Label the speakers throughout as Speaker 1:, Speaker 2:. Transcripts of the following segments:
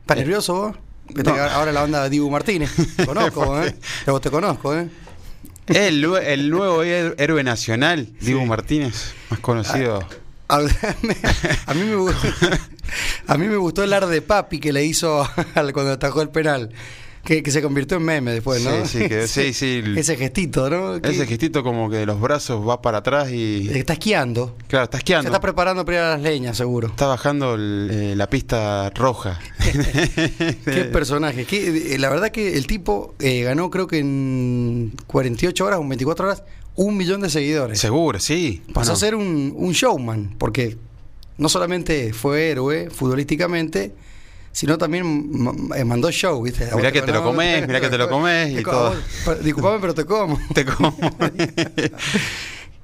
Speaker 1: ¿Estás nervioso vos? Viste
Speaker 2: Eh, no.
Speaker 1: que ahora la banda Dibu Martínez. Te Conozco, ¿eh? Te- Vos te conozco, ¿eh?
Speaker 2: Es el, nue- el nuevo her- héroe nacional, Dibu Martínez, más conocido.
Speaker 1: Ah, Hablame- A mí, me gustó, a mí me gustó el ar de papi que le hizo al- cuando atajó el penal. Que, que se convirtió en meme después, ¿no?
Speaker 2: Sí, sí, que- sí, sí, el-
Speaker 1: Ese gestito, ¿no? Que-
Speaker 2: Ese gestito como que de los brazos va para atrás y...
Speaker 1: Está esquiando.
Speaker 2: Claro, está
Speaker 1: Se
Speaker 2: esquiando.
Speaker 1: está preparando para ir a las leñas, seguro.
Speaker 2: Está bajando el, eh, la pista roja.
Speaker 1: Qué personaje. qué- eh, la verdad que el tipo eh, ganó, creo que en 48 horas o 24 horas, un millón de seguidores.
Speaker 2: Seguro, sí.
Speaker 1: Pasó a
Speaker 2: Bueno,
Speaker 1: ser un, un showman, porque no solamente fue héroe futbolísticamente, sino también ma- eh, mandó show, ¿viste? A vos
Speaker 2: Mirá que te lo
Speaker 1: no, no
Speaker 2: comés, mirá que te lo comés y
Speaker 1: Te co- a vos-
Speaker 2: todo.
Speaker 1: pa- Disculpame, pero te como.
Speaker 2: Te como.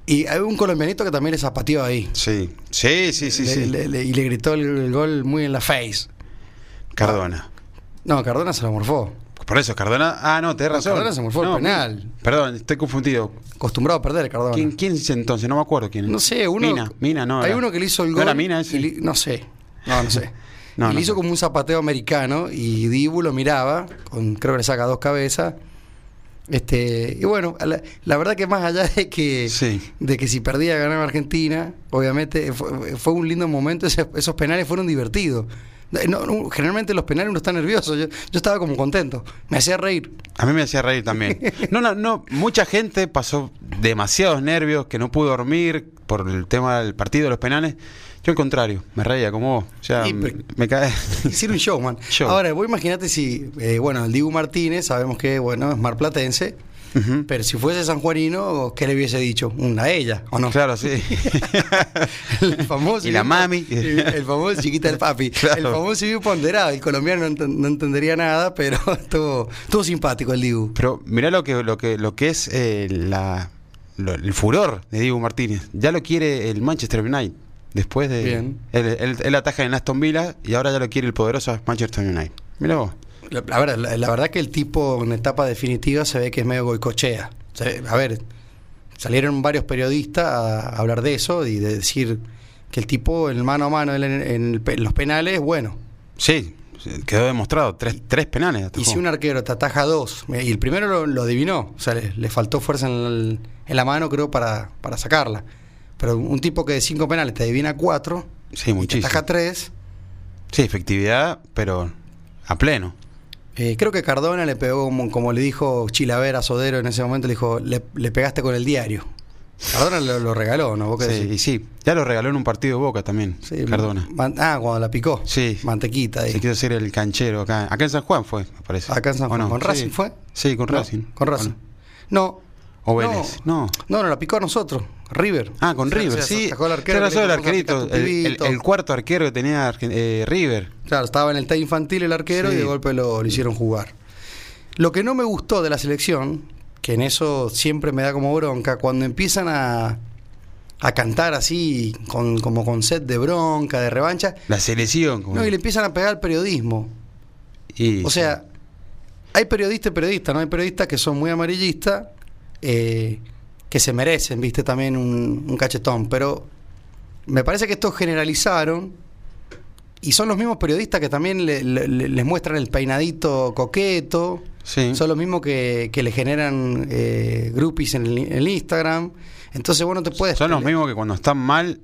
Speaker 1: Y hay un colombianito que también le zapateó ahí.
Speaker 2: sí, sí, sí, sí.
Speaker 1: Le-
Speaker 2: sí.
Speaker 1: le- le- y le gritó el, el gol muy en la face.
Speaker 2: Cardona.
Speaker 1: No, Cardona se lo morfó.
Speaker 2: Por eso, Cardona... Ah, no, tenés
Speaker 1: No,
Speaker 2: razón.
Speaker 1: Cardona se morfó el penal.
Speaker 2: Perdón, estoy confundido.
Speaker 1: Acostumbrado a perder, Cardona.
Speaker 2: ¿Quién, quién es entonces? No me acuerdo quién.
Speaker 1: No sé, uno.
Speaker 2: Mina, Mina, no.
Speaker 1: Hay
Speaker 2: era-
Speaker 1: uno que le hizo el
Speaker 2: ¿No
Speaker 1: gol.
Speaker 2: era Mina
Speaker 1: y
Speaker 2: ese?
Speaker 1: le- no sé. No, no sé.
Speaker 2: No,
Speaker 1: Y
Speaker 2: no
Speaker 1: le hizo
Speaker 2: sé.
Speaker 1: como un zapateo americano y Dibu lo miraba, con, creo que le saca dos cabezas. Este, y bueno, a la, la verdad que más allá de que,
Speaker 2: Sí.
Speaker 1: de que si perdía ganaba Argentina, obviamente fue, fue un lindo momento, ese- esos penales fueron divertidos. No, no, generalmente los penales uno está nervioso, yo, yo estaba como contento, me hacía reír.
Speaker 2: A mí me hacía reír también. No, no, no. Mucha gente pasó demasiados nervios, que no pudo dormir por el tema del partido, de los penales. Yo al contrario, me reía como vos. O sea,
Speaker 1: Y, pero-
Speaker 2: me cae.
Speaker 1: Hicieron un showman.
Speaker 2: Show.
Speaker 1: Ahora, vos imaginate si, eh, bueno, el Dibu Martínez, sabemos que, bueno, es marplatense,
Speaker 2: Ujú.
Speaker 1: pero si fuese sanjuanino, ¿qué le hubiese dicho? Una ella, ¿o no?
Speaker 2: Claro, sí.
Speaker 1: El famoso
Speaker 2: Y la mami.
Speaker 1: El, el famoso chiquita del papi.
Speaker 2: Claro.
Speaker 1: El famoso Dibu ponderado. El colombiano no, enten- no entendería nada, pero estuvo, estuvo simpático el Dibu.
Speaker 2: Pero mirá lo que, lo que, lo que es eh, la, lo- el furor de Diego Martínez. Ya lo quiere el Manchester United. Después de.
Speaker 1: Bien.
Speaker 2: Él, él- él ataja en Aston Villa y ahora ya lo quiere el poderoso Manchester United. Mirá vos.
Speaker 1: La, la verdad- la- la verdad que el tipo en etapa definitiva se ve que es medio goicochea. Se ve- a ver, salieron varios periodistas a, a hablar de eso y de decir que el tipo en mano a mano en, en el pe- en los penales, bueno.
Speaker 2: Sí, quedó demostrado. Tres, tres penales.
Speaker 1: Y
Speaker 2: atajó.
Speaker 1: si un arquero te ataja dos, eh, y el primero lo, lo adivinó, o sea, le, le faltó fuerza en, el- en la mano, creo, para, para sacarla. Pero un tipo que de cinco penales te adivina cuatro,
Speaker 2: Sí,
Speaker 1: y te
Speaker 2: muchísimo.
Speaker 1: ataja tres,
Speaker 2: Sí, efectividad, pero a pleno.
Speaker 1: Eh, creo que Cardona le pegó, como, como le dijo Chilavera a Sodero en ese momento, le dijo, le, le pegaste con el diario. Cardona lo, lo regaló, ¿no? ¿Vos qué
Speaker 2: Sí,
Speaker 1: decís?
Speaker 2: y sí, ya lo regaló en un partido de Boca también,
Speaker 1: Sí,
Speaker 2: Cardona.
Speaker 1: man- ah, cuando la picó.
Speaker 2: Sí.
Speaker 1: Mantequita ahí.
Speaker 2: Se quiso ser el canchero acá. Acá en San Juan fue, me parece.
Speaker 1: Acá en San
Speaker 2: ¿O
Speaker 1: Juan.
Speaker 2: no?
Speaker 1: ¿Con
Speaker 2: Sí.
Speaker 1: Racing fue?
Speaker 2: Sí, con
Speaker 1: No,
Speaker 2: Racing.
Speaker 1: Con Racing. No.
Speaker 2: O Vélez. No.
Speaker 1: No, no, la picó a nosotros. River.
Speaker 2: Ah, con
Speaker 1: O sea,
Speaker 2: River,
Speaker 1: o sea,
Speaker 2: sí.
Speaker 1: sacó al arquero
Speaker 2: Tenés
Speaker 1: que le
Speaker 2: razón, el
Speaker 1: dijo, "Vamos a
Speaker 2: arquerito,
Speaker 1: picar tu
Speaker 2: el, el-
Speaker 1: pibito".
Speaker 2: el cuarto arquero que tenía Argen- eh, River.
Speaker 1: Claro, estaba en el time infantil el arquero
Speaker 2: Sí.
Speaker 1: y de golpe lo, lo hicieron jugar. Lo que no me gustó de la selección, que en eso siempre me da como bronca, cuando empiezan a, a cantar así, con, como con set de bronca, de revancha,
Speaker 2: La selección. como-
Speaker 1: no, y le empiezan a pegar al periodismo.
Speaker 2: y-
Speaker 1: O sea, hay periodistas y periodistas, ¿no? Hay periodistas que son muy amarillistas, eh, que se merecen, viste, también un, un cachetón. Pero me parece que estos generalizaron y son los mismos periodistas que también le- le- le- les muestran el peinadito coqueto.
Speaker 2: sí.
Speaker 1: Son los mismos que, que le generan eh, groupies en el, en el Instagram. Entonces, bueno, te puedes.
Speaker 2: Son los
Speaker 1: pele-
Speaker 2: mismos que cuando están mal,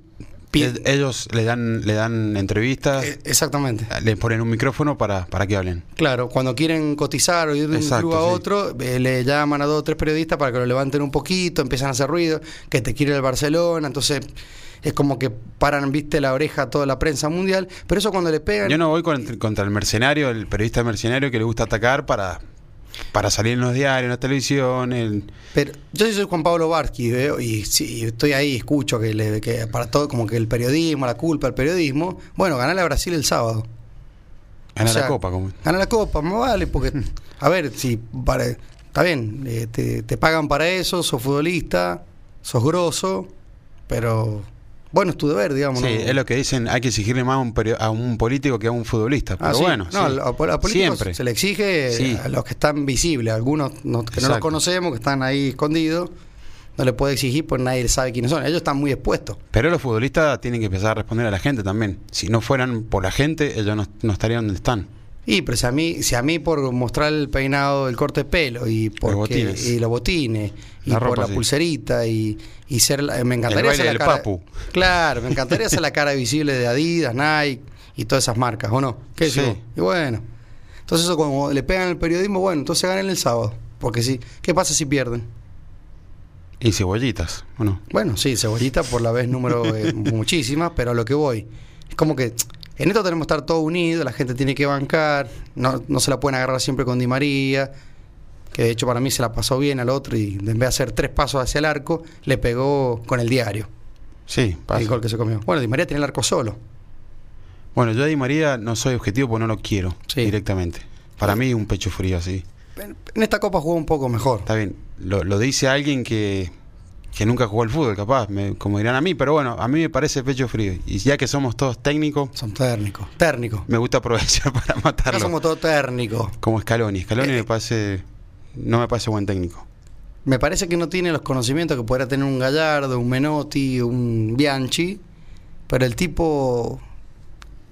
Speaker 1: Pi-
Speaker 2: el- ellos le dan, le dan entrevistas,
Speaker 1: Eh, Exactamente.
Speaker 2: les ponen un micrófono para, para que hablen.
Speaker 1: Claro, cuando quieren cotizar o ir de un
Speaker 2: Exacto,
Speaker 1: club a
Speaker 2: sí.
Speaker 1: otro, eh, le llaman a dos o tres periodistas para que lo levanten un poquito, empiezan a hacer ruido, que te quiere el Barcelona, entonces es como que paran, viste, la oreja a toda la prensa mundial, pero eso cuando le pegan...
Speaker 2: Yo no voy contra, contra el mercenario, el periodista mercenario que le gusta atacar para, para salir en los diarios, en la televisión. en-
Speaker 1: Pero yo sí soy Juan Pablo Varsky veo, y sí, estoy ahí, escucho que, le- que para todo, como que el periodismo, la culpa, el periodismo, bueno, ganale a Brasil el sábado.
Speaker 2: Gana
Speaker 1: O sea,
Speaker 2: la copa. como-
Speaker 1: Gana la copa, más vale, porque, a ver, si para, está bien, eh, te, te pagan para eso, sos futbolista, sos grosso, pero bueno, es tu deber, digamos.
Speaker 2: Sí,
Speaker 1: ¿no?
Speaker 2: es lo que dicen, hay que exigirle más a un, perio- a un político que a un futbolista.
Speaker 1: Ah,
Speaker 2: Pero
Speaker 1: sí.
Speaker 2: bueno,
Speaker 1: no,
Speaker 2: sí.
Speaker 1: a, a políticos
Speaker 2: siempre.
Speaker 1: se le exige
Speaker 2: Sí.
Speaker 1: a los que están visibles, algunos no- que no los
Speaker 2: Exacto.
Speaker 1: conocemos, que están ahí escondidos, no le puede exigir pues nadie sabe quiénes son, ellos están muy expuestos.
Speaker 2: Pero los futbolistas tienen que empezar a responder a la gente también. Si no fueran por la gente, ellos no, no estarían donde están.
Speaker 1: Y, pero si a mí, si a mí por mostrar el peinado, el corte de pelo y, porque,
Speaker 2: botines.
Speaker 1: y los botines, y
Speaker 2: La
Speaker 1: por
Speaker 2: ropa,
Speaker 1: la
Speaker 2: sí.
Speaker 1: pulserita, y, y ser la- me encantaría
Speaker 2: baile
Speaker 1: hacer la
Speaker 2: del
Speaker 1: cara.
Speaker 2: papu.
Speaker 1: Claro, me encantaría hacer la cara visible de Adidas, Nike y todas esas marcas, ¿o no? ¿Qué decís
Speaker 2: Sí.
Speaker 1: vos? Y bueno. Entonces eso como le pegan el periodismo, bueno, entonces ganen el sábado. Porque sí, ¿qué pasa si pierden?
Speaker 2: Y cebollitas, ¿o no?
Speaker 1: Bueno, sí, cebollita por la vez número eh, muchísimas, pero a lo que voy. Es como que en esto tenemos que estar todos unidos, la gente tiene que bancar, no, no se la pueden agarrar siempre con Di María, que de hecho para mí se la pasó bien al otro y en vez de hacer tres pasos hacia el arco, le pegó con el diario,
Speaker 2: Sí, pasa.
Speaker 1: el gol que se comió. Bueno, Di María tenía el arco solo.
Speaker 2: Bueno, yo a Di María no soy objetivo porque no lo quiero
Speaker 1: Sí.
Speaker 2: directamente. Para mí un pecho frío así.
Speaker 1: En en esta copa jugó un poco mejor.
Speaker 2: Está bien, lo, lo dice alguien que, que nunca jugó al fútbol, capaz, me- como dirán a mí, pero bueno, a mí me parece pecho frío. Y ya que somos todos técnicos,
Speaker 1: Son térnicos, térnicos.
Speaker 2: me gusta aprovechar para
Speaker 1: Acá
Speaker 2: matarlo.
Speaker 1: somos todos térnicos.
Speaker 2: Como Scaloni. Scaloni
Speaker 1: Eh,
Speaker 2: me parece, no me parece buen técnico.
Speaker 1: Me parece que no tiene los conocimientos que pudiera tener un Gallardo, un Menotti, un Bianchi, pero el tipo,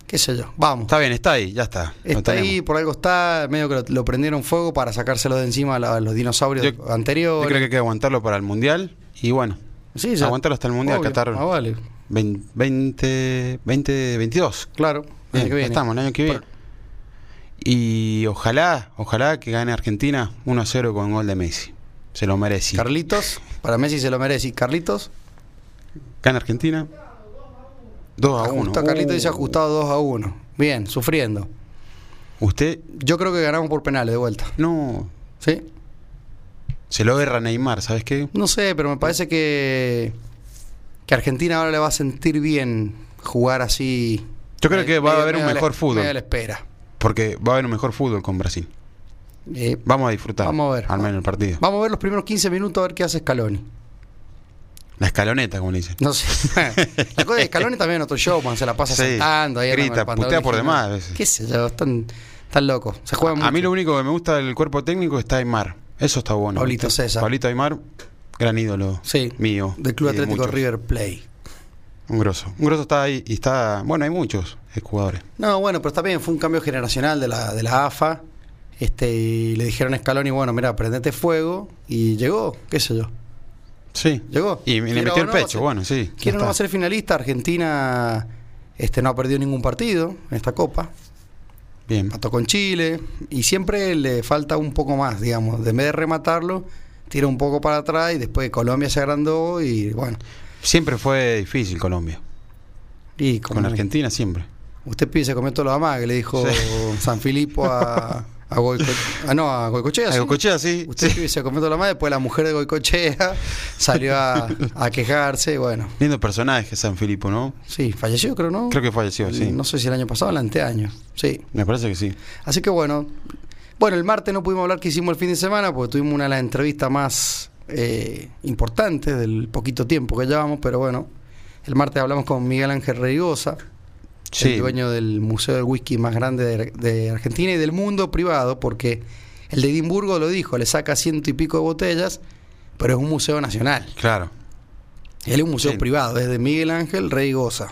Speaker 1: qué sé yo, vamos.
Speaker 2: Está bien, está ahí, ya está. lo
Speaker 1: Está ahí,
Speaker 2: tenemos.
Speaker 1: por algo está, medio que lo, lo prendieron fuego para sacárselo de encima a, la- a los dinosaurios
Speaker 2: Yo- Yo
Speaker 1: anteriores.
Speaker 2: creo que hay que aguantarlo para el Mundial y bueno,
Speaker 1: sí, ya-
Speaker 2: aguantarlo hasta el Mundial
Speaker 1: obvio,
Speaker 2: Qatar
Speaker 1: más vale,
Speaker 2: 20, 20, 22.
Speaker 1: claro. el
Speaker 2: Bien,
Speaker 1: año que
Speaker 2: ya
Speaker 1: viene.
Speaker 2: estamos, el año que viene.
Speaker 1: Bueno,
Speaker 2: Y ojalá, ojalá que gane Argentina 1 a 0 con gol de Messi. Se lo merece.
Speaker 1: Carlitos, para Messi se lo merece. Y Carlitos,
Speaker 2: Gana Argentina 2 a Uh. 1.
Speaker 1: ajusta, Carlitos dice ajustado 2 a 1. Bien, sufriendo.
Speaker 2: Usted
Speaker 1: Yo creo que ganamos por penales de vuelta.
Speaker 2: no
Speaker 1: ¿Sí?
Speaker 2: se lo erra Neymar, ¿sabes qué?
Speaker 1: No sé, pero me parece que, que Argentina ahora le va a sentir bien jugar así.
Speaker 2: Yo creo que va a
Speaker 1: Medio-
Speaker 2: haber un
Speaker 1: medio
Speaker 2: mejor
Speaker 1: la-
Speaker 2: fútbol.
Speaker 1: medio la espera.
Speaker 2: Porque va a haber un mejor fútbol con Brasil.
Speaker 1: Eh,
Speaker 2: Vamos a disfrutar.
Speaker 1: Vamos a ver.
Speaker 2: Al menos el partido.
Speaker 1: vamos a ver los primeros 15 minutos a ver qué hace Scaloni.
Speaker 2: La escaloneta, como le dicen.
Speaker 1: No sé. la cosa de Scaloni también es otro showman, se la pasa
Speaker 2: Sí,
Speaker 1: saltando. Ahí en
Speaker 2: grita,
Speaker 1: el pantalón
Speaker 2: putea por
Speaker 1: original.
Speaker 2: demás a veces.
Speaker 1: Qué sé yo, están, están locos. Se juegan
Speaker 2: A mí
Speaker 1: mucho.
Speaker 2: lo único que me gusta del cuerpo técnico está Aymar. Eso está bueno.
Speaker 1: Pablito
Speaker 2: ¿viste?
Speaker 1: César.
Speaker 2: Pablito Aymar, gran ídolo
Speaker 1: Sí,
Speaker 2: mío.
Speaker 1: del Club
Speaker 2: y de
Speaker 1: Atlético
Speaker 2: muchos.
Speaker 1: River Play.
Speaker 2: Un grosso. Un grosso está ahí y está. Bueno, hay muchos eh, jugadores.
Speaker 1: No, bueno, pero también fue un cambio generacional de la, de la AFA. Este, y le dijeron a Scaloni, bueno, mira, prendete fuego. Y llegó, qué sé yo.
Speaker 2: Sí.
Speaker 1: Llegó.
Speaker 2: Y me- le
Speaker 1: Quiera
Speaker 2: metió
Speaker 1: o
Speaker 2: el
Speaker 1: no,
Speaker 2: pecho,
Speaker 1: se-
Speaker 2: bueno, sí. ya
Speaker 1: Quién no
Speaker 2: está.
Speaker 1: va a ser finalista, Argentina este, no ha perdido ningún partido en esta Copa.
Speaker 2: Bien.
Speaker 1: Mató con Chile y siempre le falta un poco más, digamos. De en vez de rematarlo, tira un poco para atrás y después Colombia se agrandó y bueno.
Speaker 2: Siempre fue difícil Colombia.
Speaker 1: Y
Speaker 2: Con Argentina siempre.
Speaker 1: Usted pide se comió todo lo demás, que le dijo
Speaker 2: Sí.
Speaker 1: San Filipo a, a Goico- ah, no, a Goicochea. sí.
Speaker 2: Algo cochea, sí.
Speaker 1: Usted
Speaker 2: sí.
Speaker 1: pibe, se comió todo lo demás, después la mujer de Goicochea salió a, a quejarse, y bueno.
Speaker 2: Lindo personaje San Filipo, ¿no?
Speaker 1: Sí, falleció, creo, ¿no?
Speaker 2: Creo que falleció, sí.
Speaker 1: No sé si el año pasado o el anteaño. Sí.
Speaker 2: Me parece que sí.
Speaker 1: Así que bueno. Bueno, el martes no pudimos hablar que hicimos el fin de semana porque tuvimos una de las entrevistas más eh, importantes del poquito tiempo que llevamos, pero bueno. El martes hablamos con Miguel Ángel Reigosa,
Speaker 2: Sí.
Speaker 1: el dueño del museo del whisky más grande de, de Argentina y del mundo privado, porque el de Edimburgo lo dijo, le saca ciento y pico de botellas, pero es un museo nacional.
Speaker 2: Claro.
Speaker 1: Él es un museo
Speaker 2: Sí.
Speaker 1: privado, es de Miguel Ángel Reigosa.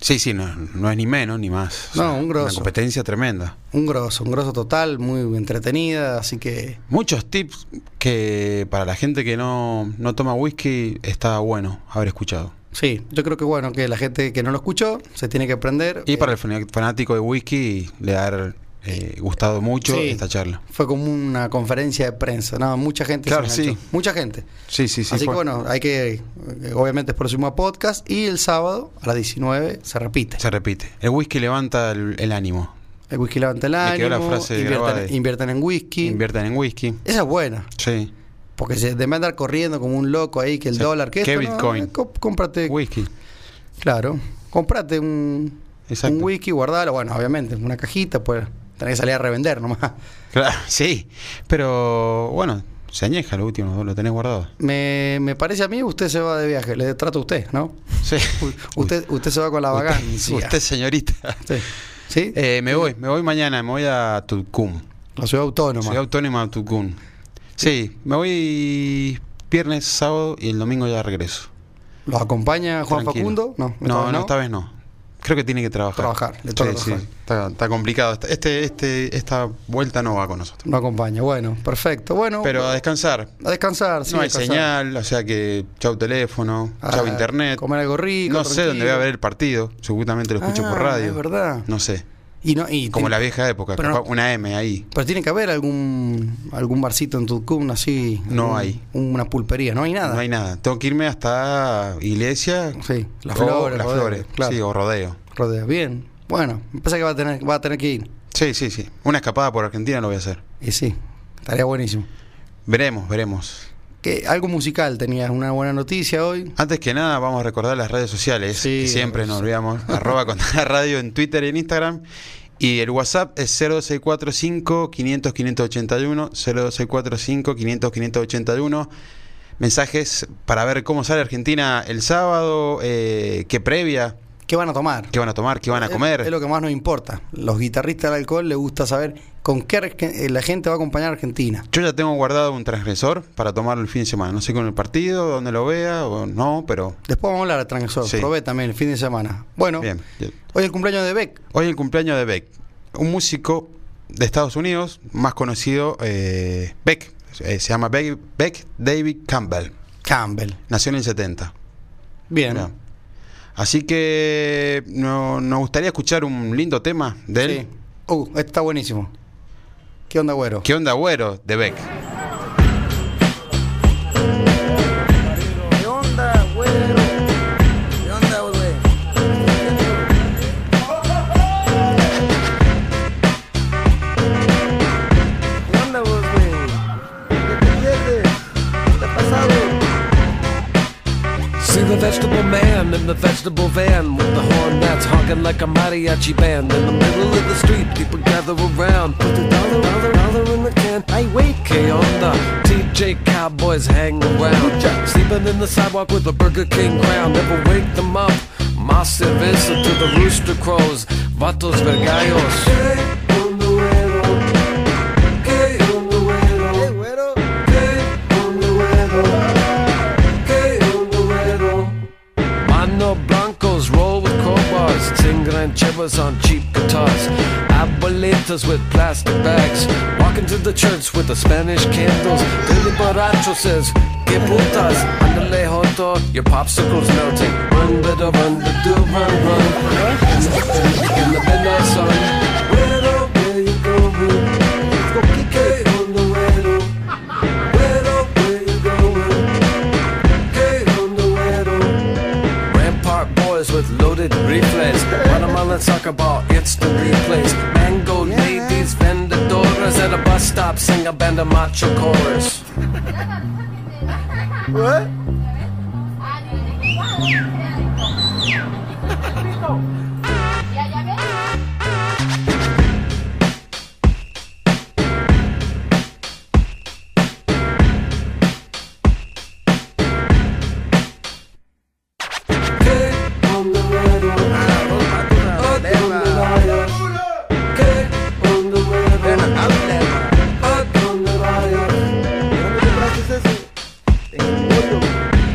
Speaker 2: Sí, sí, no, no es ni menos ni más.
Speaker 1: No, un grosso.
Speaker 2: Una competencia tremenda.
Speaker 1: Un grosso, un grosso total, muy entretenida, así que
Speaker 2: Muchos tips que para la gente que no, no toma whisky está bueno haber escuchado.
Speaker 1: sí, yo creo que bueno, que la gente que no lo escuchó se tiene que aprender.
Speaker 2: Y para
Speaker 1: Eh,
Speaker 2: el fan- fanático de whisky le ha eh, gustado mucho
Speaker 1: Sí.
Speaker 2: esta charla.
Speaker 1: Eh, Fue como una conferencia de prensa, nada, mucha gente.
Speaker 2: Claro,
Speaker 1: se enganchó,
Speaker 2: sí.
Speaker 1: Mucha gente.
Speaker 2: Sí, sí, sí.
Speaker 1: Así
Speaker 2: fue.
Speaker 1: que bueno, hay que, eh, obviamente es próximo a podcast y el sábado a las 19 se repite.
Speaker 2: Se repite. El whisky levanta el, el ánimo.
Speaker 1: El whisky levanta el
Speaker 2: Me quedó la
Speaker 1: ánimo,
Speaker 2: frase grabada
Speaker 1: inviertan,
Speaker 2: de-
Speaker 1: inviertan en whisky.
Speaker 2: Inviertan en whisky.
Speaker 1: Esa es buena,
Speaker 2: Sí.
Speaker 1: porque se debe andar corriendo como un loco ahí, que el
Speaker 2: Sí.
Speaker 1: dólar, que
Speaker 2: ¿Qué
Speaker 1: esto, no,
Speaker 2: Bitcoin?
Speaker 1: eh, co- cómprate,
Speaker 2: Whisky.
Speaker 1: claro, cómprate un,
Speaker 2: Exacto.
Speaker 1: un whisky, guardalo, bueno, obviamente, en una cajita, pues tenés que salir a revender nomás.
Speaker 2: Claro, sí. Pero bueno, se añeja lo último, lo tenés guardado.
Speaker 1: Me, me parece a mí usted se va de viaje, le trata a usted, ¿no?
Speaker 2: Sí.
Speaker 1: U- Usted, usted se va con la
Speaker 2: Usted-
Speaker 1: vagancia.
Speaker 2: Usted, señorita.
Speaker 1: Sí. ¿Sí?
Speaker 2: Eh, me voy, me voy mañana, me voy a Tucum.
Speaker 1: la ciudad autónoma.
Speaker 2: Soy autónoma a Tucum. Sí, me voy viernes, sábado y el domingo ya regreso.
Speaker 1: ¿Lo acompaña Juan
Speaker 2: Tranquilo.
Speaker 1: Facundo? No, esta
Speaker 2: no,
Speaker 1: vez
Speaker 2: no, esta vez no. Creo que tiene que trabajar.
Speaker 1: Trabajar, le
Speaker 2: Sí,
Speaker 1: toca
Speaker 2: sí,
Speaker 1: trabajar.
Speaker 2: Está, está complicado. Este- Este, este, esta vuelta no va con nosotros.
Speaker 1: No acompaña. Bueno, perfecto. Bueno,
Speaker 2: Pero a descansar.
Speaker 1: a descansar. sí,
Speaker 2: no hay
Speaker 1: descansar.
Speaker 2: señal, o sea que chau teléfono,
Speaker 1: A
Speaker 2: chau internet.
Speaker 1: Ah, Comer algo rico.
Speaker 2: No sé dónde voy a ver el partido, seguramente lo escucho
Speaker 1: Ah,
Speaker 2: por radio.
Speaker 1: es verdad.
Speaker 2: No sé,
Speaker 1: Y no, y
Speaker 2: como
Speaker 1: tiene-
Speaker 2: la vieja época,
Speaker 1: Pero
Speaker 2: capaz
Speaker 1: no-
Speaker 2: una M ahí.
Speaker 1: Pero tiene que haber algún algún barcito en Tucumán así.
Speaker 2: No
Speaker 1: algún-
Speaker 2: hay.
Speaker 1: Una pulpería. No hay nada.
Speaker 2: No hay nada. Tengo que irme hasta iglesia.
Speaker 1: Sí, las
Speaker 2: o
Speaker 1: flores.
Speaker 2: Oh, las
Speaker 1: rodeo,
Speaker 2: flores,
Speaker 1: claro.
Speaker 2: sí, oh. o rodeo.
Speaker 1: Rodeo. Bien. Bueno, me parece que va a tener, va a tener que ir.
Speaker 2: Sí, sí, sí. Una escapada por Argentina lo voy a hacer.
Speaker 1: Y sí, estaría buenísimo.
Speaker 2: Veremos, veremos.
Speaker 1: Que algo musical tenías, una buena noticia hoy.
Speaker 2: Antes que nada, vamos a recordar las redes sociales,
Speaker 1: Sí,
Speaker 2: que siempre
Speaker 1: sí.
Speaker 2: nos olvidamos. arroba con la radio en Twitter y en Instagram. Y el WhatsApp es 0645 500 581, 0645 500 581. Mensajes para ver cómo sale Argentina el sábado, eh, qué previa,
Speaker 1: ¿Qué van a tomar?
Speaker 2: qué van a tomar, qué van a
Speaker 1: Es-
Speaker 2: comer.
Speaker 1: Es, lo que más nos importa. Los guitarristas del alcohol les gusta saber con qué arge- eh, la gente va a acompañar a Argentina.
Speaker 2: Yo ya tengo guardado un transgresor para tomarlo el fin de semana. No sé con el partido, donde lo vea o no, pero
Speaker 1: Después vamos a hablar de Transgresor.
Speaker 2: Sí.
Speaker 1: Probé también el fin de semana. Bueno,
Speaker 2: bien.
Speaker 1: hoy es el cumpleaños de Beck.
Speaker 2: Hoy el cumpleaños de Beck, un músico de Estados Unidos, más conocido eh, Beck. Eh, se llama Beck, Beck David Campbell.
Speaker 1: Campbell.
Speaker 2: Nació en el 70.
Speaker 1: Bien.
Speaker 2: Mirá. Así que no- nos gustaría escuchar un lindo tema de él.
Speaker 1: Sí. Uh, este está buenísimo. ¿Qué onda, güero?
Speaker 2: ¿Qué onda, güero? De Beck.
Speaker 3: ¿Qué onda, güey? ¿Qué onda, güey? ¿Qué onda, güey? ¿Qué te pierdes? ¿Qué te ha pasado?
Speaker 4: See the vegetable man in the vegetable van with the horn that's honking like a mariachi band. In the middle of the street, people gather around. Put the dollar, dollar, dollar in the can. I wait. K on the TJ Cowboys hang around. Sleeping in the sidewalk with a Burger King crown. Never wake them up. Más cerveza to the rooster crows. Vatos vergallos.
Speaker 3: Hey, güero.
Speaker 4: Mano Blancos roll with crowbars, rancheros on cheap guitars, abuelitas with plastic bags, walking to the church with the Spanish candles. Billy Borracho says, Que putas, andale joto, your popsicle's melting. Run, better run, but do run, run. In the midnight sun, Where where you going? Go kick it on the window. Where where you going? Kick it on the window. Rampart boys with loaded reflex. Guatemalan soccer ball, it's the replays. Mango ladies, vendedoras at a bus stop, sing a band of macho chorus.
Speaker 3: What?
Speaker 5: Ya, ya ves.
Speaker 4: Ah,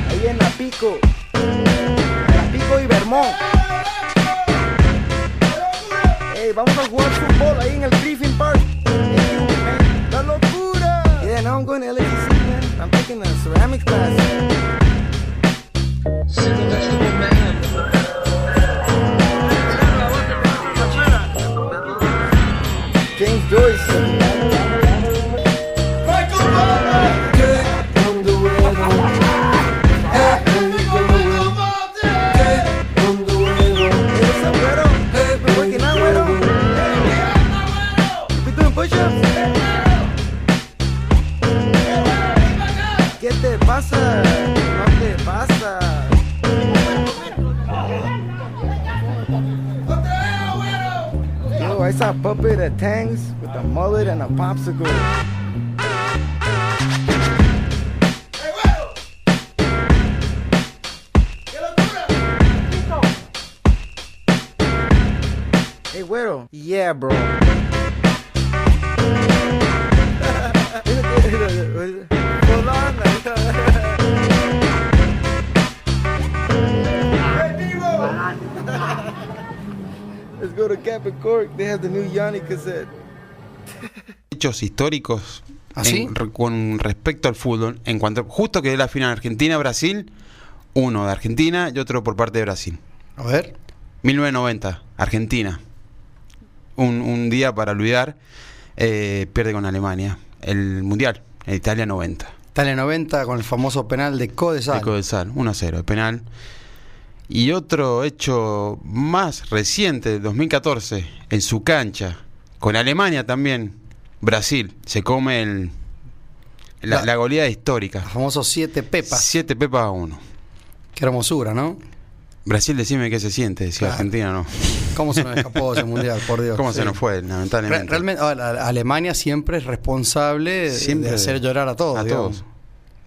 Speaker 3: Ahí en la pico, en la pico y Vermont. Ey, vamos a jugar fútbol ahí en el Griffin Park. ¡La locura! Yeah, now I'm going to LACC, man. I'm taking a ceramics class. James Joyce. ¿Qué te pasa? No te pasa. Yo, I saw a puppet at Tangs with a mullet and a popsicle. Hey, güero. Yeah, bro. Hold on. Hey, Divo. go to Gap and Cork, they have the new Yanni cassette.
Speaker 2: hechos históricos
Speaker 1: ¿Ah, sí?
Speaker 2: en- re- con respecto al fútbol. En cuanto justo que es la final Argentina-Brasil, uno de Argentina y otro por parte de Brasil.
Speaker 1: A ver.
Speaker 2: 1990, Argentina. Un, un día para olvidar, eh, pierde con Alemania. El Mundial, en Italia 90.
Speaker 1: Italia 90 con el famoso penal de Codesal.
Speaker 2: Pico del Sal, 1 a 0, el penal. Y otro hecho más reciente, 2014, en su cancha, con Alemania también, Brasil, se come el, la,
Speaker 1: La-
Speaker 2: la goleada
Speaker 1: El
Speaker 2: histórica.
Speaker 1: famoso 7 Pepas.
Speaker 2: 7 pepas a 1.
Speaker 1: Qué hermosura, ¿no?
Speaker 2: Brasil, decime qué se siente, decía
Speaker 1: Claro.
Speaker 2: Argentina, ¿no?
Speaker 1: ¿Cómo se nos escapó ese mundial, por Dios?
Speaker 2: ¿Cómo
Speaker 1: Sí.
Speaker 2: se nos fue,
Speaker 1: Re-
Speaker 2: lamentablemente?
Speaker 1: Realmente, ahora, la- Alemania siempre es responsable de-
Speaker 2: Siempre.
Speaker 1: de hacer llorar a todos.
Speaker 2: a
Speaker 1: digamos.
Speaker 2: todos.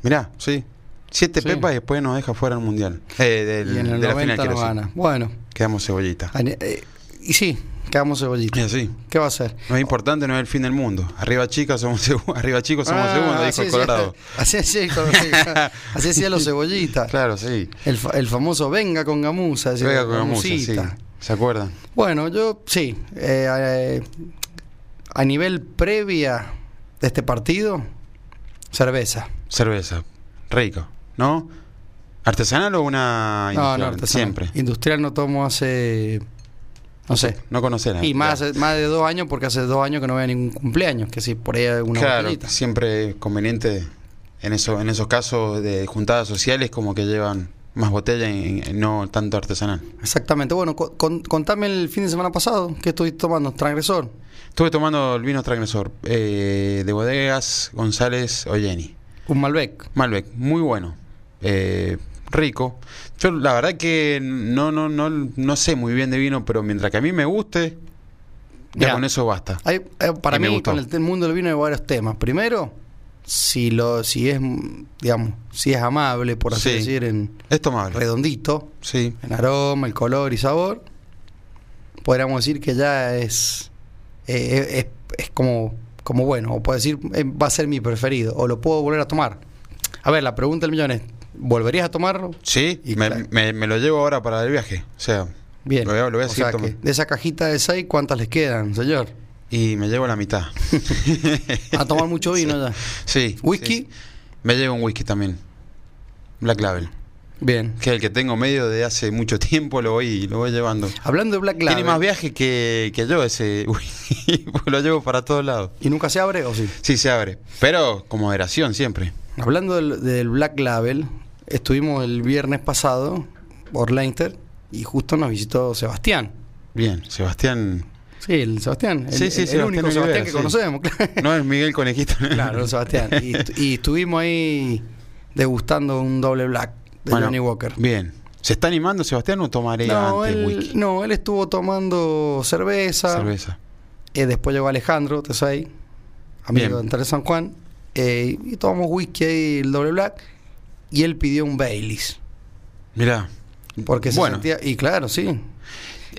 Speaker 2: Mirá, sí. 7
Speaker 1: Sí.
Speaker 2: pepas y después nos deja fuera del mundial. Eh, del-
Speaker 1: Y en el
Speaker 2: de la
Speaker 1: 90
Speaker 2: final, quiero
Speaker 1: no
Speaker 2: decir.
Speaker 1: gana. Bueno,
Speaker 2: Quedamos cebollita.
Speaker 1: ane- eh, y sí, quedamos
Speaker 2: Y
Speaker 1: cebollitas.
Speaker 2: así.
Speaker 1: ¿Qué va a hacer?
Speaker 2: Eh, No es importante, no es el fin del mundo. Arriba chicas somos segundos, arriba chicos somos
Speaker 1: Ah,
Speaker 2: segundos, dijo
Speaker 1: así
Speaker 2: el
Speaker 1: decía-
Speaker 2: Colorado.
Speaker 1: Así hacía el Colorado. Así hacía los cebollitas.
Speaker 2: Claro, sí.
Speaker 1: El, fa- el famoso venga con gamuza. decía,
Speaker 2: Juega con la música, sí.
Speaker 1: gamusita.
Speaker 2: ¿Se acuerdan?
Speaker 1: Bueno, yo sí. eh, eh, a nivel previa de este partido, cerveza.
Speaker 2: Cerveza. Rico, ¿no? ¿Artesanal o
Speaker 1: No,
Speaker 2: una
Speaker 1: no,
Speaker 2: industrial?
Speaker 1: artesanal.
Speaker 2: Siempre.
Speaker 1: Industrial no tomo hace. No sé.
Speaker 2: No conocer
Speaker 1: Y más, más de dos años, porque hace dos años que no veo ningún cumpleaños, que si por ahí hay una
Speaker 2: Claro,
Speaker 1: botellita.
Speaker 2: siempre es conveniente en, eso, en esos casos de juntadas sociales como que llevan más botella y, y no tanto artesanal.
Speaker 1: Exactamente. Bueno, co- con- contame el fin de semana pasado, ¿qué estuviste tomando? Transgresor.
Speaker 2: Estuve tomando el vino transgresor eh, de bodegas González Olleni.
Speaker 1: Un Malbec.
Speaker 2: Malbec, muy bueno. eh, rico. Yo la verdad que no, no, no, no sé muy bien de vino, pero mientras que a mí me guste, ya
Speaker 1: Mirá.
Speaker 2: con eso basta.
Speaker 1: Hay- eh, para
Speaker 2: Y me
Speaker 1: mí,
Speaker 2: gustó.
Speaker 1: con el te- mundo del vino hay varios temas. Primero, si lo, si es, mm, digamos, si es amable, por así
Speaker 2: Sí.
Speaker 1: decir, en
Speaker 2: Es tomable.
Speaker 1: redondito,
Speaker 2: Sí.
Speaker 1: en aroma, el color y sabor, podríamos decir que ya es, eh, eh, es, es como, como bueno, o puedo decir, eh, va a ser mi preferido, o lo puedo volver a tomar. A ver, la pregunta del millón es, ¿volverías a tomarlo?
Speaker 2: Sí,
Speaker 1: Y
Speaker 2: me,
Speaker 1: claro.
Speaker 2: me- me lo llevo ahora para el viaje. O sea,
Speaker 1: Bien.
Speaker 2: Lo voy a- lo voy a
Speaker 1: O
Speaker 2: seguir
Speaker 1: sea que
Speaker 2: tomando.
Speaker 1: de esa cajita de seis, ¿cuántas les quedan, señor?
Speaker 2: y me llevo la mitad.
Speaker 1: A tomar mucho vino ya.
Speaker 2: Sí.
Speaker 1: ¿Whisky?
Speaker 2: sí. Me llevo un whisky también. Black Label.
Speaker 1: Bien.
Speaker 2: Que es el que tengo medio de hace mucho tiempo, lo voy, lo voy llevando.
Speaker 1: Hablando de Black Label.
Speaker 2: Tiene más viaje que, que yo ese whisky. porque lo llevo para todos lados.
Speaker 1: ¿Y nunca se abre o sí?
Speaker 2: Sí, se abre. Pero con moderación siempre.
Speaker 1: Hablando del, del Black Label, estuvimos el viernes pasado por Leinster y justo nos visitó Sebastián.
Speaker 2: Bien, Sebastián.
Speaker 1: Sí, el Sebastián. El,
Speaker 2: Sí, sí,
Speaker 1: el
Speaker 2: Sebastián
Speaker 1: único Sebastián
Speaker 2: Olivera,
Speaker 1: que
Speaker 2: sí.
Speaker 1: conocemos, claro.
Speaker 2: No es Miguel Conejito.
Speaker 1: claro, el Sebastián. Y, estu- y estuvimos ahí degustando un doble black de
Speaker 2: Bueno,
Speaker 1: Johnny Walker.
Speaker 2: Bien. ¿Se está animando Sebastián o tomaré
Speaker 1: No
Speaker 2: antes
Speaker 1: él,
Speaker 2: whisky?
Speaker 1: no, él estuvo tomando cerveza.
Speaker 2: Cerveza.
Speaker 1: Eh, después llegó Alejandro Tesay, amigo
Speaker 2: Bien.
Speaker 1: de Entre San Juan. eh, y tomamos whisky ahí, el doble black. Y él pidió un Baileys.
Speaker 2: Mirá.
Speaker 1: Porque se
Speaker 2: Bueno.
Speaker 1: sentía. Y claro, sí.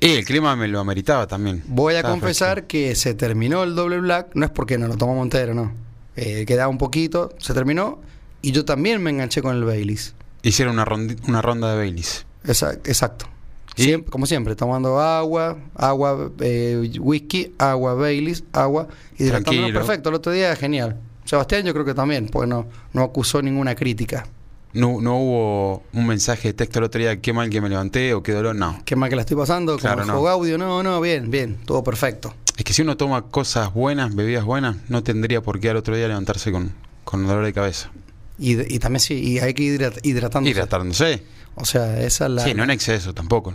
Speaker 2: Y el clima me lo ameritaba también.
Speaker 1: Voy a
Speaker 2: Estaba
Speaker 1: confesar
Speaker 2: fresco.
Speaker 1: que se terminó el doble black. No es porque no lo tomamos entero, no. Eh, quedaba un poquito, se terminó. Y yo también me enganché con el Baileys.
Speaker 2: Hicieron una, rondi- una ronda de Baileys.
Speaker 1: Esa- exacto.
Speaker 2: ¿Y?
Speaker 1: Siem- como siempre, tomando agua, agua, eh, whisky, agua, Baileys, agua. Y hidratándonos
Speaker 2: Tranquilo.
Speaker 1: perfecto. El otro día, genial. Sebastián, yo creo que también, porque no, no acusó ninguna crítica.
Speaker 2: No, no hubo un mensaje de texto el otro día, qué mal que me levanté o qué dolor. No.
Speaker 1: Qué mal que la estoy pasando,
Speaker 2: Claro,
Speaker 1: como
Speaker 2: no.
Speaker 1: no. Gaudio. No, no, bien, bien, todo perfecto.
Speaker 2: Es que si uno toma cosas buenas, bebidas buenas, no tendría por qué al otro día levantarse con, con dolor de cabeza.
Speaker 1: Y, y también sí, y hay que ir hidrat- hidratándose.
Speaker 2: Hidratándose.
Speaker 1: O sea, esa es la.
Speaker 2: Sí, no en exceso tampoco.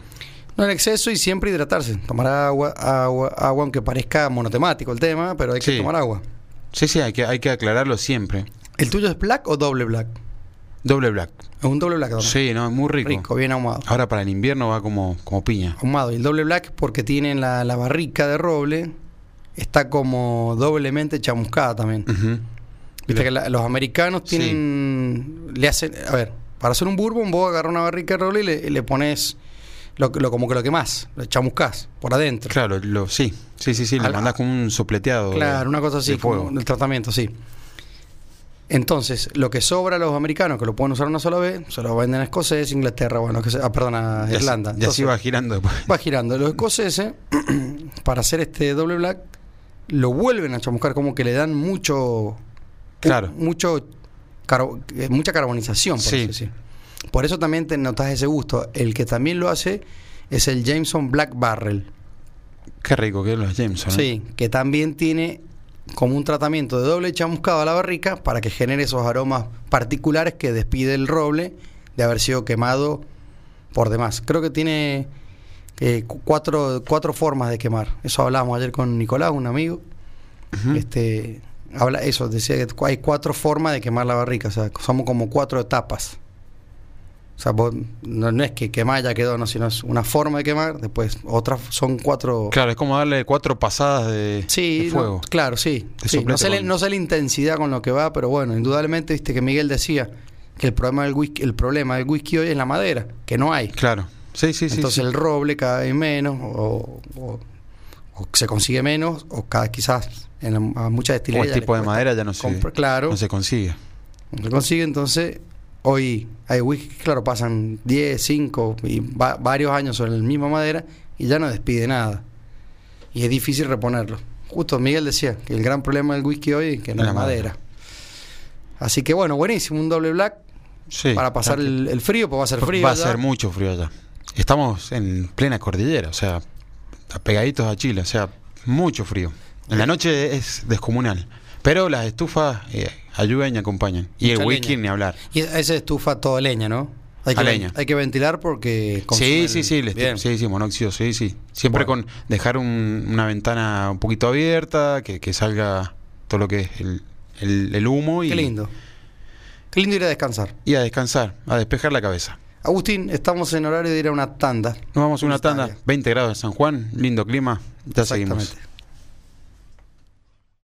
Speaker 1: No en exceso y siempre hidratarse. Tomar agua, agua, agua, aunque parezca monotemático el tema, pero hay que
Speaker 2: Sí.
Speaker 1: tomar agua.
Speaker 2: Sí, sí, hay que, hay que aclararlo siempre.
Speaker 1: ¿El tuyo es black o doble black?
Speaker 2: Doble black.
Speaker 1: Es un doble black, ¿no?
Speaker 2: Sí, no, es muy rico.
Speaker 1: rico. bien ahumado.
Speaker 2: Ahora para el invierno va como, como piña.
Speaker 1: Ahumado. Y el doble black porque tiene la, la barrica de roble, está como doblemente chamuscada también.
Speaker 2: Ujú.
Speaker 1: Viste que la- los americanos tienen. Le hacen. A ver, para hacer un bourbon, vos agarrás una barrica de roble y le, le pones. Lo, lo- como que lo quemás, lo chamuscás por adentro.
Speaker 2: Claro, lo, sí, sí, sí, sí, le
Speaker 1: Al-
Speaker 2: mandás como un sopleteado. de-
Speaker 1: Claro, una cosa
Speaker 2: de
Speaker 1: así,
Speaker 2: fuego.
Speaker 1: como el tratamiento, sí. Entonces, lo que sobra a los americanos, que lo pueden usar una sola vez, se lo venden a escoceses, Inglaterra, bueno, que se- ah, perdón, a
Speaker 2: Y así-
Speaker 1: Irlanda.
Speaker 2: Y así
Speaker 1: Entonces,
Speaker 2: va girando después.
Speaker 1: Va girando. Los escoceses, para hacer este doble black, lo vuelven a chamuscar, como que le dan mucho.
Speaker 2: Claro.
Speaker 1: Mucho carbo- eh, mucha carbonización, por
Speaker 2: Sí.
Speaker 1: así decir. Por eso también te notas ese gusto. El que también lo hace es el Jameson Black Barrel.
Speaker 2: Qué rico que es los Jameson. ¿eh?
Speaker 1: Sí, que también tiene como un tratamiento de doble chamuscado a la barrica para que genere esos aromas particulares que despide el roble de haber sido quemado por demás. Creo que tiene eh, cu- cuatro, cuatro formas de quemar. Eso hablábamos ayer con Nicolás, un amigo.
Speaker 2: Ujú.
Speaker 1: Este habla eso, decía que cu- hay cuatro formas de quemar la barrica, o sea, somos como cuatro etapas. O sea, vos- no, no es que quemar ya quedó, no, sino es una forma de quemar, después otras son cuatro
Speaker 2: Claro, es como darle cuatro pasadas de,
Speaker 1: Sí,
Speaker 2: de
Speaker 1: no,
Speaker 2: fuego.
Speaker 1: claro, sí.
Speaker 2: De
Speaker 1: sí. No,
Speaker 2: soplete
Speaker 1: sé, la-
Speaker 2: con-
Speaker 1: no sé la intensidad con lo que va, pero bueno, indudablemente, viste que Miguel decía que el problema del whisky, el problema del whisky hoy es la madera, que no hay.
Speaker 2: Claro. Sí, sí, sí.
Speaker 1: Entonces
Speaker 2: sí.
Speaker 1: el roble cada vez menos, o, o- o se consigue menos, o cada, quizás en la- a muchas
Speaker 2: o
Speaker 1: destilerías.
Speaker 2: el tipo de
Speaker 1: les cuesta
Speaker 2: madera ya no se,
Speaker 1: comprar, claro,
Speaker 2: no se consigue.
Speaker 1: no se consigue, entonces hoy hay whisky, claro, pasan 10, 5 y va- varios años sobre la misma madera y ya no despide nada. Y es difícil reponerlo. Justo Miguel decía que el gran problema del whisky hoy es que no
Speaker 2: La
Speaker 1: es madera.
Speaker 2: madera.
Speaker 1: Así que bueno, buenísimo, un doble black
Speaker 2: Sí.
Speaker 1: para pasar
Speaker 2: Claro.
Speaker 1: el, el frío, pues va a ser frío.
Speaker 2: Va a
Speaker 1: ya.
Speaker 2: ser mucho frío allá. Estamos en plena cordillera, o sea, pegaditos a Chile, o sea, mucho frío. En la noche es descomunal, pero las estufas eh, ayudan y acompañan. Y el
Speaker 1: Mucha
Speaker 2: whisky
Speaker 1: leña.
Speaker 2: ni hablar.
Speaker 1: Y esa esa estufa toda leña, ¿no? Hay que,
Speaker 2: A
Speaker 1: ven-
Speaker 2: leña.
Speaker 1: hay que ventilar porque
Speaker 2: Sí,
Speaker 1: consume
Speaker 2: sí,
Speaker 1: el-
Speaker 2: sí, el estu-
Speaker 1: Bien.
Speaker 2: sí, sí, monóxido, sí, sí. Siempre
Speaker 1: Bueno.
Speaker 2: con dejar un- una ventana un poquito abierta, que, que salga todo lo que es el, el- el humo y,
Speaker 1: Qué lindo. Qué lindo ir a descansar.
Speaker 2: y a descansar, a despejar la cabeza.
Speaker 1: Agustín, estamos en horario de ir a una tanda.
Speaker 2: Nos vamos a una tanda,
Speaker 1: Publicitaria.
Speaker 2: 20 grados en San Juan, lindo clima, ya seguimos.
Speaker 1: Exactamente.